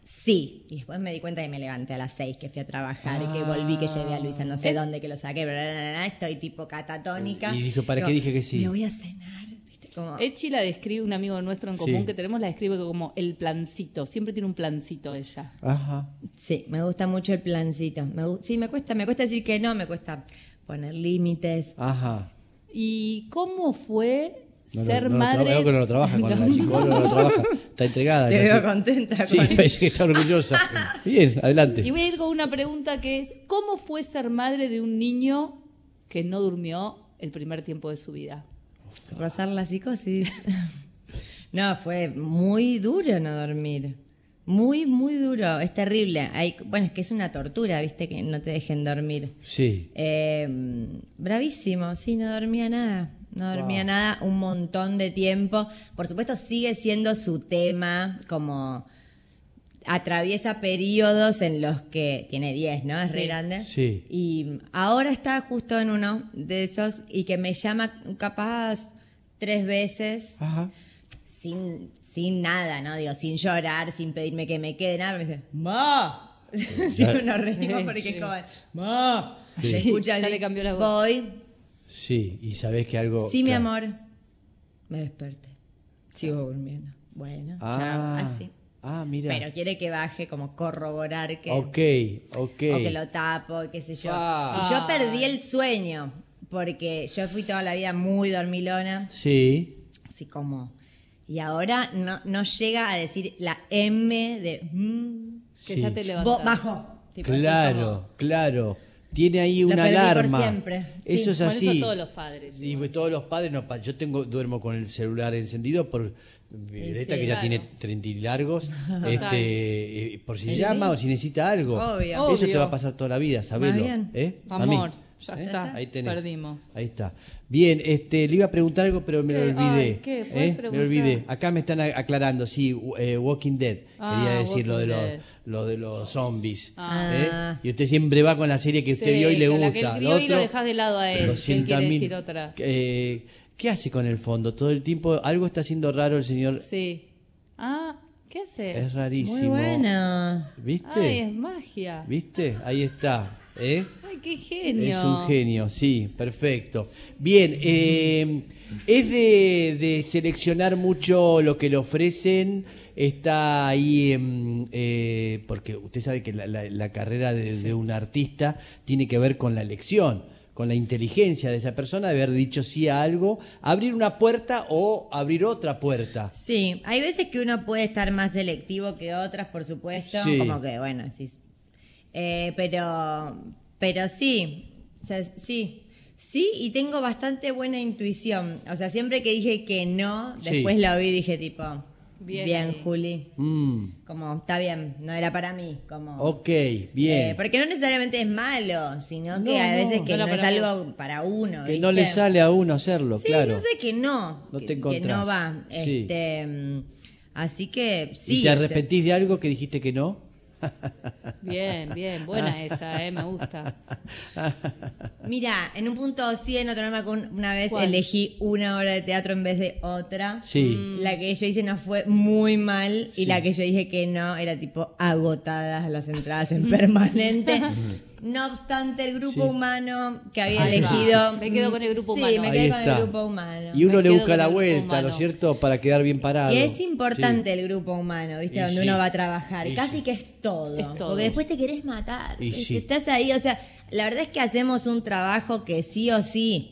D: Sí. Y después me di cuenta que me levanté a las seis, que fui a trabajar, y que volví, que llevé a Luisa no sé
E: Ah. Es-
D: dónde, que lo saqué, bla, bla, bla, bla. Estoy tipo catatónica.
A: Y dijo, ¿para qué dije que sí?
D: Me voy a cenar. ¿Viste? Como,
E: Echi la describe, un amigo nuestro en común
A: Sí.
E: que tenemos, la describe como el plancito. Siempre tiene un plancito ella.
A: Ajá.
D: Sí, me gusta mucho el plancito. Me gu- sí, me cuesta, me cuesta decir que no, me cuesta poner límites.
A: Ajá.
E: ¿Y cómo fue
A: No lo-
E: ser
A: no lo
E: madre?
A: traba- veo que no lo trabaja cuando
E: No.
A: la psicóloga no lo trabaja. Está entregada.
D: Te
A: Ah, ya
D: veo
A: sé.
D: contenta
A: Sí,
D: con-
A: parece que está orgullosa. Bien, adelante.
E: Y voy a ir con una pregunta que es, ¿cómo fue ser madre de un niño que no durmió el primer tiempo de su vida?
D: Rozar la psicosis. no, fue muy duro no dormir. Muy, muy duro. Es terrible. Hay, bueno, es que es una tortura, viste, que no te dejen dormir.
A: Sí.
D: Eh, bravísimo, sí, no dormía nada. No dormía nada un montón de tiempo. Por supuesto, sigue siendo su tema, como atraviesa periodos en los que tiene 10, ¿no? Es
E: Sí.
D: re grande.
A: Sí.
D: Y ahora está justo en uno de esos y que me llama capaz tres veces
A: Ajá.
D: sin, sin nada, ¿no? Digo, sin llorar, sin pedirme que me quede, nada, pero me dice, ¡Ma! Siempre nos reímos
E: Sí,
D: porque
E: sí.
D: es como, ¡Ma!
A: Sí.
D: Se escucha
E: Ya
D: así,
E: le cambió la voz.
D: Voy,
A: Sí, y sabés que algo.
D: sí, mi
A: Oh, claro.
D: amor. Me desperté. Sigo durmiendo. Bueno,
A: Ah,
D: chao, así.
A: Ah, mira.
D: Pero quiere que baje como corroborar que...
A: Ok, ok.
D: O que lo tapo, qué sé yo.
A: Ah.
D: Y yo perdí el sueño, porque yo fui toda la vida muy dormilona,
A: Sí.
D: así como... Y ahora no, no llega a decir la M de... mm,
E: Que
A: sí.
E: ya te levantás.
D: bo- bajo. Tipo así
A: Claro, claro. Tiene ahí
D: Lo
A: una
D: perdí por
A: alarma.
D: siempre.
A: Eso
D: Sí.
A: es
E: Bueno,
A: así.
E: eso todos los padres.
A: Y pues todos los padres, no, pa- yo tengo duermo con el celular encendido por Violeta,
D: sí,
A: que ya
E: claro.
A: tiene 30 y largos, este, eh, por si llama o si necesita algo.
D: Obvio.
A: Eso te
E: Obvio.
A: va a pasar toda la vida, sabelo.
D: bien.
A: ¿eh? A mí.
E: Amor. Ya
A: ¿Eh?
E: está,
A: Ahí tenés.
E: perdimos.
A: Ahí está. Bien, este, le iba a preguntar algo, pero me lo
E: ¿Qué?
A: olvidé.
E: Ay, ¿qué?
A: ¿eh?
E: ¿Puedes
A: Me
E: preguntar?
A: lo olvidé. Acá me están a- aclarando, sí, w- eh, Walking Dead.
E: Ah,
A: Quería decir lo de,
E: Walking
A: los,
E: Dead.
A: lo de los zombies.
D: Ah.
A: ¿eh? Y usted siempre va con la serie que usted
E: Sí,
A: vio y le
E: con la
A: gusta.
E: que él vio y lo dejás de lado a él, que Eh, él
A: 200.000.
E: quiere decir otra.
A: Eh, ¿Qué hace con el fondo? Todo el tiempo algo está haciendo raro el señor.
E: Sí. Ah, ¿qué hace?
A: Es rarísimo.
D: Muy buena.
A: ¿Viste?
E: Ay, es magia.
A: ¿Viste? Ahí está. ¿eh?
E: Ay, qué genio.
A: Es un genio, sí, perfecto. Bien, eh, es de, de seleccionar mucho lo que le ofrecen. Está ahí, em, eh, porque usted sabe que la, la- la carrera de, de un artista tiene que ver con la elección, con la inteligencia de esa persona, de haber dicho sí a algo, abrir una puerta o abrir otra puerta.
D: Sí, hay veces que uno puede estar más selectivo que otras, por supuesto.
A: Sí.
D: Como que, bueno, sí. Eh, pero, pero sí, o sea, sí. Sí, y tengo bastante buena intuición. O sea, siempre que dije que no,
A: Sí.
D: después la oí y dije tipo,
E: Bien
D: bien,
E: ahí.
D: Juli.
A: Mm,
D: Como, está bien, no era para mí. Como,
A: ok,
D: Eh,
A: bien.
D: porque no necesariamente es malo, sino que
A: No,
D: a veces
A: no,
D: que
E: no
D: no,
E: era
D: es
E: para
D: algo
E: vos.
D: para uno.
A: que no
D: ¿viste?
A: le sale a uno hacerlo,
D: Sí,
A: claro.
D: no sé que no.
A: No te
D: que- que,
A: encontrás.
D: no va.
A: Sí.
D: Este, mm, así que sí.
A: ¿Y te
D: o sea,
A: arrepentís de algo que dijiste que no?
E: Bien, bien, buena esa, eh, me gusta.
D: Mira, en un punto sí, en otro no me acuerdo, una vez
E: ¿Cuál?
D: elegí una obra de teatro en vez de otra. Mm.
A: Sí.
D: La que yo hice nos fue muy mal
A: Sí.
D: y la que yo dije que no era tipo agotadas las entradas en permanente. No obstante, el grupo
A: Sí.
D: humano que había
E: Ahí va.
D: elegido.
E: Me quedo con el grupo
D: sí,
E: humano.
D: me
A: Ahí
D: quedé con
A: está.
D: el grupo humano.
A: Y uno
E: Me
A: le
E: quedo
A: busca
E: con
A: la
E: el grupo
A: vuelta, ¿no
E: humano.
A: es cierto? Para quedar bien parado.
D: Que es importante el grupo humano, ¿viste?
A: Y
D: Donde
A: sí.
D: uno va a trabajar.
A: Y
D: Casi
A: sí.
D: que es todo.
E: Es todo.
D: Porque después te querés matar.
A: Y
D: ¿viste?
A: sí.
D: Estás ahí, o sea, la verdad es que hacemos un trabajo que sí o sí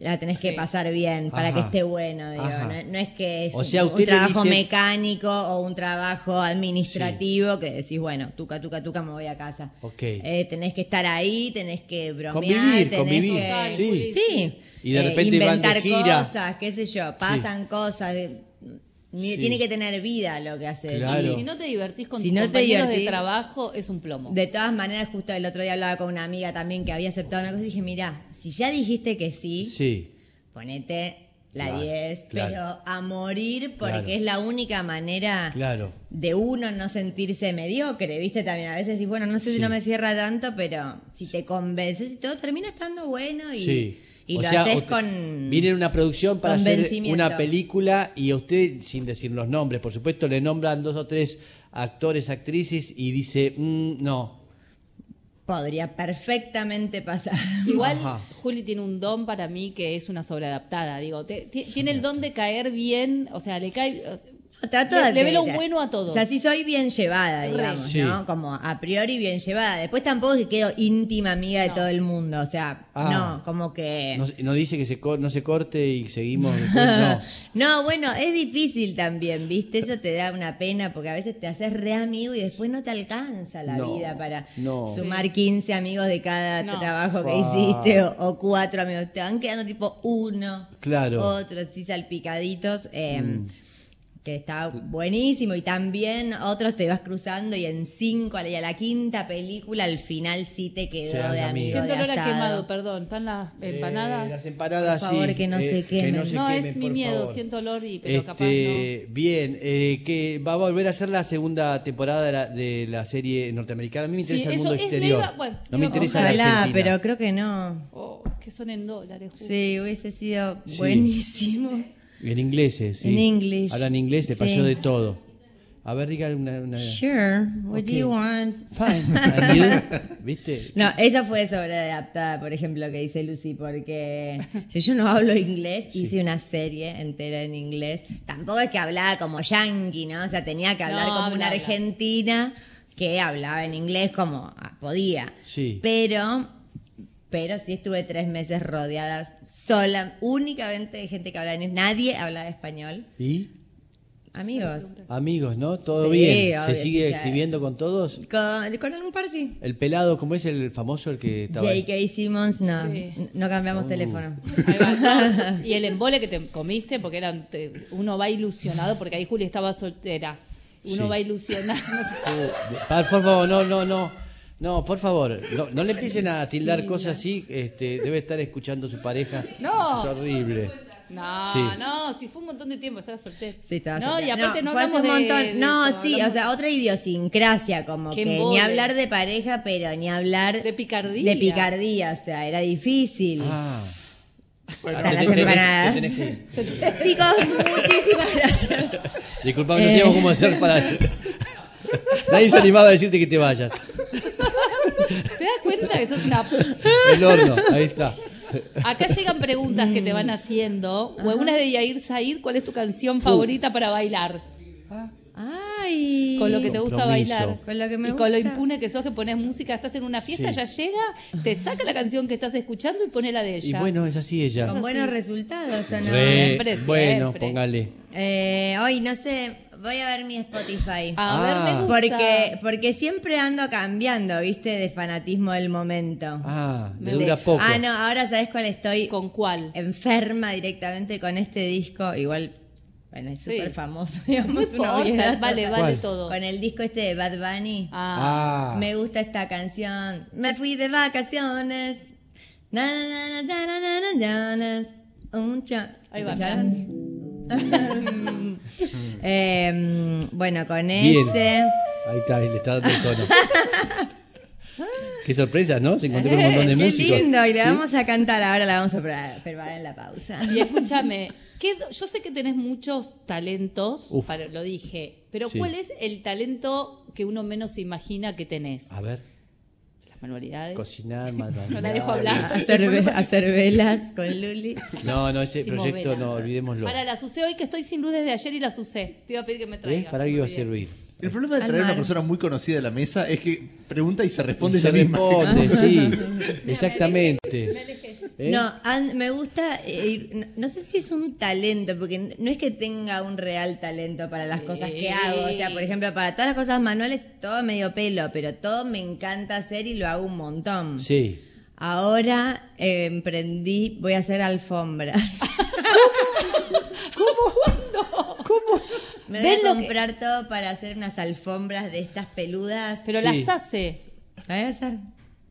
D: la tenés que
E: Sí.
D: pasar bien para
A: Ajá.
D: que esté bueno, digo.
A: Ajá.
D: No, no es que es
A: O sea,
D: un
A: usted le
D: trabajo
A: dice-
D: mecánico o un trabajo administrativo que decís, bueno, tuca, tuca, tuca, me voy a casa.
A: Ok.
D: Eh, tenés que estar ahí, tenés que bromear,
A: Convivir,
D: tenés
A: convivir.
D: que-
E: Total,
A: Sí.
D: Sí. Eh,
A: Y de repente van de
D: inventar
A: gira.
D: cosas, qué sé yo, pasan cosas. eh, ni-
A: Sí.
D: Tiene que tener vida lo que hace.
A: Claro.
E: Y si no te divertís con
D: Si
E: tus
D: no te
E: compañeros de
D: divertís-
E: trabajo, es un plomo.
D: De todas maneras, justo el otro día hablaba con una amiga también que había aceptado una cosa y dije, mirá, si ya dijiste que sí,
A: Sí.
D: ponete la
A: Claro,
D: 10,
A: claro.
D: pero a morir porque
A: Claro.
D: es la única manera
A: Claro.
D: de uno no sentirse mediocre, ¿viste? También a veces decís, bueno, no sé si
A: Sí.
D: no me cierra tanto, pero si te convences y todo termina estando bueno y,
A: sí.
D: y
A: O
D: lo
A: sea,
D: haces
A: usted-
D: con...
A: Viene una producción para hacer
D: convencimiento.
A: una película y a usted, sin decir los nombres, por supuesto, le nombran dos o tres actores, actrices y dice, mm, no.
D: Podría perfectamente pasar.
E: Igual
A: Ajá.
E: Juli tiene un don para mí que es una sobreadaptada. Digo, te- ti- tiene el don de caer bien, o sea, le cae. o sea,
D: Trato
E: le,
D: de-
E: le ve lo
D: de-
E: bueno a todo.
D: O sea, sí soy bien llevada, digamos,
A: Sí.
D: ¿no? Como a priori bien llevada. Después tampoco es que quedo íntima amiga de
E: No.
D: todo el mundo. O sea,
A: Ah.
D: no, como que.
A: No, no dice que se, co- no se corte y seguimos. después, no.
D: No, bueno, es difícil también, ¿viste? Eso te da una pena porque a veces te haces re amigo y después no te alcanza la
A: No,
D: vida para
A: no.
D: sumar 15 amigos de cada
E: No.
D: trabajo que
A: Fa.
D: hiciste o, o cuatro amigos. Te van quedando tipo uno,
A: Claro. Mm.
D: otro, así salpicaditos. eh, Que está buenísimo y también otros te vas cruzando y en cinco a la- y a la quinta película al final sí te quedó
A: Se hace
D: de amigo.
A: amigo.
E: Siento
D: de
E: olor a
D: asado.
E: quemado, perdón. ¿Están las empanadas?
A: Eh, las empanadas,
D: Por favor,
A: sí, Eh,
D: que no
A: que
D: se
A: no,
D: quemen.
A: se
E: no, es
A: quemen,
E: mi
A: por
E: miedo.
A: favor.
E: Siento olor y pero capaz no.
A: Este, Bien, eh, que va a volver a ser la segunda temporada de la, de la serie norteamericana. A mí me
E: Sí,
A: interesa el
E: eso
A: mundo
E: es, le
A: exterior.
E: iba- bueno,
A: no me
E: iba-
A: interesa la
D: Ojalá,
A: Argentina.
D: pero creo que no.
E: Oh, que son en dólares. Juli.
D: Sí, hubiese sido
A: Sí.
D: buenísimo.
A: En inglés, eh, sí.
D: En English.
A: Hablan inglés, te pasó
D: Sí.
A: de todo. A ver, diga una... una-
D: Sure, what do
A: Ok.
D: you want?
A: Fine. And you? ¿Viste?
D: No, esa fue sobreadaptada, por ejemplo, que dice Lucy, porque si yo no hablo inglés, hice una serie entera en inglés. Tampoco es que hablaba como yankee, ¿no? O sea, tenía que hablar
E: No,
D: como una
E: habla, habla.
D: argentina que hablaba en inglés como ah, podía.
A: Sí.
D: Pero, pero sí estuve tres meses rodeadas sola, únicamente de gente que hablaba inglés. Nadie hablaba español.
A: ¿Y?
D: Amigos.
A: Amigos, ¿no? Todo
D: Sí,
A: bien. ¿Se
D: obvio,
A: sigue
D: sí, ya.
A: exhibiendo con todos?
D: Con, con un par sí.
A: El pelado, ¿cómo es el famoso, el que estaba... ahí?
D: J.K. Simmons, no.
E: Sí.
D: No cambiamos
A: Uh.
D: teléfono.
E: Ahí va, todo. Y el embole que te comiste, porque eran te- uno va ilusionado, porque ahí Juli estaba soltera. Uno
A: Sí.
E: va ilusionado.
A: Eh, Uh, de- Por favor, no, no, no. No, por favor, no, no le empiecen a tildar cosas así. Este, debe estar escuchando su pareja.
E: No.
A: Es horrible.
E: No,
A: Sí.
E: no, si fue un montón de tiempo, estaba soltera.
D: Sí, estaba
E: No,
D: soltera.
E: y aparte no,
D: fue hace
E: hablamos de-
D: un montón.
E: de
D: no,
E: eso,
D: sí,
E: hablamos-
D: o sea, otra idiosincrasia, como
E: Qué
D: que ni
E: embole.
D: hablar de pareja, pero ni hablar
E: De picardía.
D: De picardía, o sea, era difícil.
A: Ah.
D: Bueno,
A: Ah, te
D: las
A: tenés- te
D: empanadas.
A: tenés que ir.
D: Chicos, muchísimas gracias.
A: Disculpame,
D: Eh.
A: no teníamos cómo hacer para. Nadie se animaba a decirte que te vayas.
E: ¿Te das cuenta que sos una...
A: El horno, ahí está.
E: Acá llegan preguntas que te van haciendo. O una de Yair Said, ¿cuál es tu canción favorita para bailar?
D: Ay.
E: Con lo que te gusta
A: Compromiso.
E: bailar.
D: Con lo que me
E: y con lo
D: gusta.
E: impune que sos que pones música, estás en una fiesta,
A: Sí.
E: ya llega, te saca la canción que estás escuchando y pone la de
A: Y
E: ella.
A: bueno, es así ella.
D: Con buenos resultados, ¿o no?
A: Re-
E: siempre,
A: bueno,
E: siempre.
A: póngale.
D: Eh, hoy, no sé, voy a ver mi
E: A
D: Spotify.
A: Ah.
E: ver, me gusta.
D: Porque, porque siempre ando cambiando, ¿viste? De fanatismo del momento.
A: Ah, me
E: Me
A: dura
E: de-
A: poco.
D: Ah, no, ahora sabes cuál estoy
E: ¿Con cuál?
D: enferma directamente con este disco. Igual, bueno, es
E: Sí.
D: súper famoso,
E: No
D: digamos. una
E: importa, vale,
D: obviedad total.
E: vale
A: ¿Cuál?
E: todo.
D: Con el disco este de Bad Bunny.
E: Ah,
A: Ah,
D: Me gusta esta canción. Me fui de vacaciones. Na, na, na, na, na, na, na, na, na, na. Un cha-
E: Ahí va,
D: ¿Escucharon? Em, bueno, con
A: bien.
D: ese.
A: Ahí está, le está dando el tono. Qué sorpresa, ¿no? Se encontró con un montón de
D: Qué
A: músicos.
D: lindo, y la
A: Sí.
D: vamos a cantar ahora, la vamos a pre- preparar en la
A: Ah.
D: pausa.
E: y escúchame, ¿qué do- yo sé que tenés muchos talentos,
A: Uf.
E: para, lo dije, pero
A: Sí.
E: ¿cuál es el talento que uno menos se imagina que tenés?
A: A ver,
E: Las manualidades.
A: cocinar, más
E: No la dejo hablar.
D: Hacer, ve- hacer velas con Luli.
A: No, no, ese
E: Hicimos
A: proyecto
E: velas.
A: no, olvidémoslo.
E: Para
A: ¿Eh?
E: la usé hoy que estoy sin luz desde ayer y las usé. Te iba a pedir que me traigas.
A: ¿Para
E: no
A: qué iba a
E: me olvidé.
A: servir?
C: El problema de traer a
D: Al
C: una
D: mar.
C: persona muy conocida de la mesa es que pregunta y se responde
A: se
C: ella misma.
A: responde,
E: Mira,
A: sí.
E: me alejé, me
A: Exactamente.
E: alejé.
A: ¿Eh?
D: No, an- me gusta eh, ir- no, no sé si es un talento, porque n- no es que tenga un real talento para las cosas
E: Sí.
D: que hago. O sea, por ejemplo, para todas las cosas manuales, todo medio pelo, pero todo me encanta hacer y lo hago un montón.
A: Sí.
D: Ahora eh, emprendí, voy a hacer alfombras. Me voy
E: ¿Ven
D: a
E: lo que-
D: comprar todo para hacer unas alfombras de estas peludas.
E: Pero
A: Sí.
E: las hace.
D: La voy a hacer.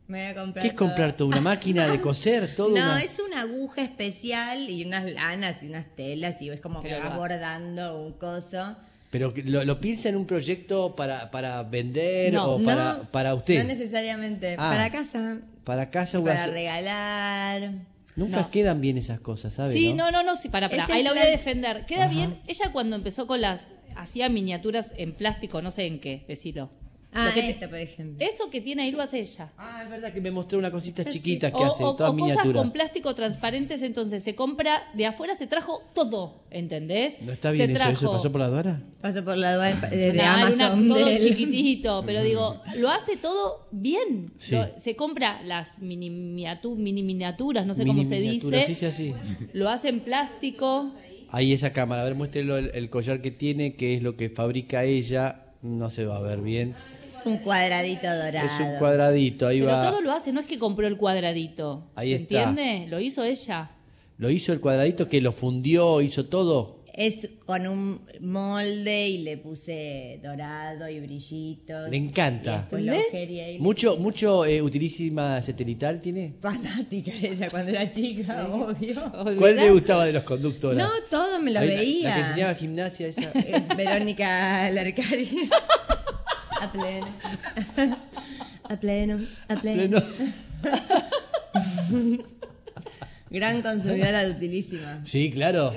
D: Me voy a comprar.
A: ¿Qué es
D: todo.
A: comprar toda una máquina de coser? Todo
D: No,
A: una-
D: es una aguja especial y unas lanas y unas telas y es como que
E: Pero
D: vas
E: lo-
D: bordando un coso.
A: Pero que lo, lo piensa en un proyecto para, para vender
E: No,
A: o para, para
D: No
A: usted.
D: necesariamente.
A: Ah.
D: Para casa.
A: para casa o
D: Para
A: hacer-
D: regalar.
A: Nunca
E: No.
A: quedan bien esas cosas, ¿sabes?
E: Sí, no, no, no, sí, para, para.
D: Ese
E: Ahí la voy a
D: plan-
E: defender. Queda bien. Ella cuando empezó con las. Hacía miniaturas en plástico, no sé en qué, decilo.
D: Ah,
E: Lo que te-
D: esto, por ejemplo.
E: Eso que tiene ahí lo hace ella.
A: Ah, es verdad que me mostró una cosita chiquita que
E: O,
A: hace,
E: o-
A: toda
E: o cosas
A: miniatura.
E: con plástico transparentes, entonces se compra, de afuera se trajo todo, ¿entendés?
A: ¿No está
E: Se
A: bien eso?
E: trajo
A: ¿Eso pasó por la aduana?
D: Paso por la aduana de, de
E: Una- una-
D: Amazon.
E: todo
D: del-
E: chiquitito, pero digo, lo hace todo bien.
A: Sí.
E: Lo- se compra las mini, miniatu- mini miniaturas, no sé
A: Mini
E: cómo se
A: miniatura,
E: dice.
A: Sí, sí, así.
E: Lo hace en plástico.
A: Ahí esa cámara, a ver, muéstrelo el, el collar que tiene, que es lo que fabrica ella. No se va a ver bien.
D: Es un cuadradito dorado.
A: Es un cuadradito, ahí
E: Pero
A: va.
E: todo lo hace, no es que compró el cuadradito.
A: Ahí
E: ¿Se
A: está.
E: entiende? Lo hizo ella.
A: Lo hizo el cuadradito que lo fundió, hizo todo.
D: Es con un molde y le puse dorado y brillitos.
A: Le encanta.
D: Pues lo
E: ¿Entendés?
D: quería ir.
A: Mucho, mucho eh, utilísima satelital tiene.
D: Fanática ella cuando era chica, obvio.
A: ¿Cuál le
E: ¿Olvidá?
A: gustaba de los conductores?
D: No, todo me lo veía.
A: La, que enseñaba gimnasia esa.
D: Eh, Verónica Larcari. A pleno. A pleno. A pleno.
A: No,
D: Gran consumidora de utilísima.
A: Sí, claro.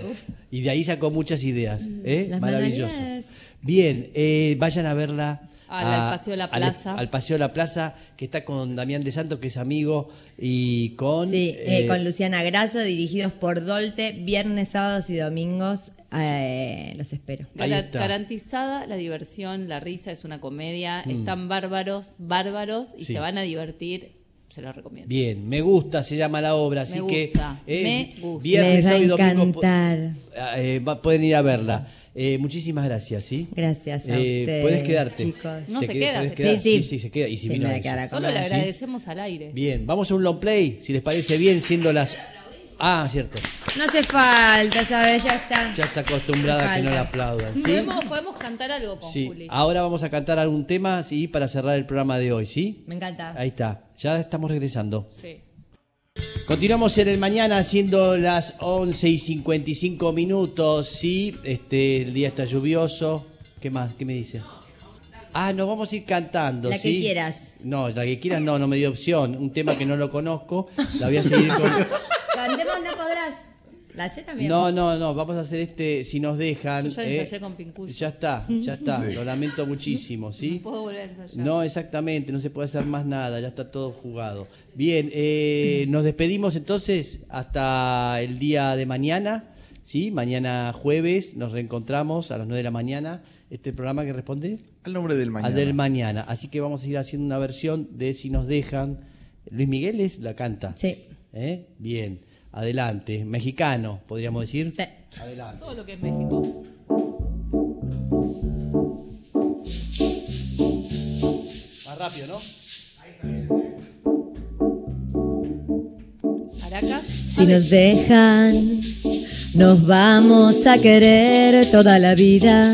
A: Y de ahí sacó muchas ideas.
E: Mm,
A: ¿eh?
D: Las
A: Maravilloso.
D: manualidades.
A: Bien, eh, vayan a verla.
E: Al-
A: a-
E: al Paseo de la
A: al-
E: Plaza.
A: Al, Paseo de la Plaza, que está con Damián de Santo, que es amigo, y con.
D: Sí, eh,
A: eh,
D: con Luciana Grasso, dirigidos por Dolte, viernes, sábados y domingos. Eh, los espero.
A: Ahí
E: Gara-
A: está.
E: garantizada la diversión, la risa, es una comedia. Están bárbaros, bárbaros y
A: Mm. Sí.
E: se van a divertir. Se los recomiendo.
A: Bien, me gusta, se llama la obra, así
E: Me
A: que. eh,
E: gusta, me gusta.
A: Viernes,
D: Les va a
A: sábado y domingo. po-
D: encantar.
A: eh, va- pueden ir a verla. Eh, muchísimas gracias, ¿sí?
D: Gracias a
A: Eh,
D: ustedes,
A: Puedes quedarte.
D: chicos.
E: No
A: Te
E: se
A: qued-
E: queda,
A: podés
E: se
A: quedar.
D: queda.
A: Sí,
D: Sí,
A: sí,
D: sí.
A: se queda. Y si
D: Se
A: vino
D: me
A: eso.
D: queda.
E: Solo le
D: ¿Sí?
E: agradecemos al aire.
A: Bien, vamos a un long play, si les parece bien, siendo las Ah, cierto.
D: No hace falta, ¿sabes? Ya está.
A: Ya está acostumbrada a que no la
D: Falta.
A: aplaudan. ¿sí?
E: Mm, ¿Podemos, podemos cantar algo con
A: Sí. Ah.
E: Juli.
A: Ahora vamos a cantar algún tema sí, para cerrar el programa de hoy, ¿sí?
D: Me encanta.
A: Ahí está. Ya estamos regresando.
E: Sí.
A: Continuamos en el mañana siendo las 11 y 55 minutos, ¿sí? Este, el día está lluvioso. ¿Qué más? ¿Qué me dice? Ah, nos vamos a ir cantando,
D: La que
A: ¿sí?
D: quieras.
A: No, la que quieras no, no me dio opción. Un tema que no lo conozco, la voy a seguir con...
D: Cantemos, no podrás. La sé también.
A: No, no, no, vamos a hacer este, si nos dejan...
E: Yo ya
A: ¿eh?
E: ensayé con Pincuyo.
A: Ya está, ya está, lo lamento muchísimo, ¿sí?
E: No puedo volver a ensayar.
A: No, exactamente, no se puede hacer más nada, ya está todo jugado. Bien, eh, nos despedimos entonces hasta el día de mañana, ¿sí? Mañana jueves nos reencontramos a las 9 de la mañana. Este programa que responde
C: Al nombre del mañana.
A: al del mañana. Así que vamos a ir haciendo una versión de Si nos dejan. Luis Miguel es la canta.
D: Sí.
A: ¿Eh? Bien, adelante. Mexicano, podríamos decir.
D: Sí.
A: Adelante.
E: Todo lo que es México.
A: Más rápido, ¿no?
E: Caracas.
D: Si nos dejan, nos vamos a querer toda la vida.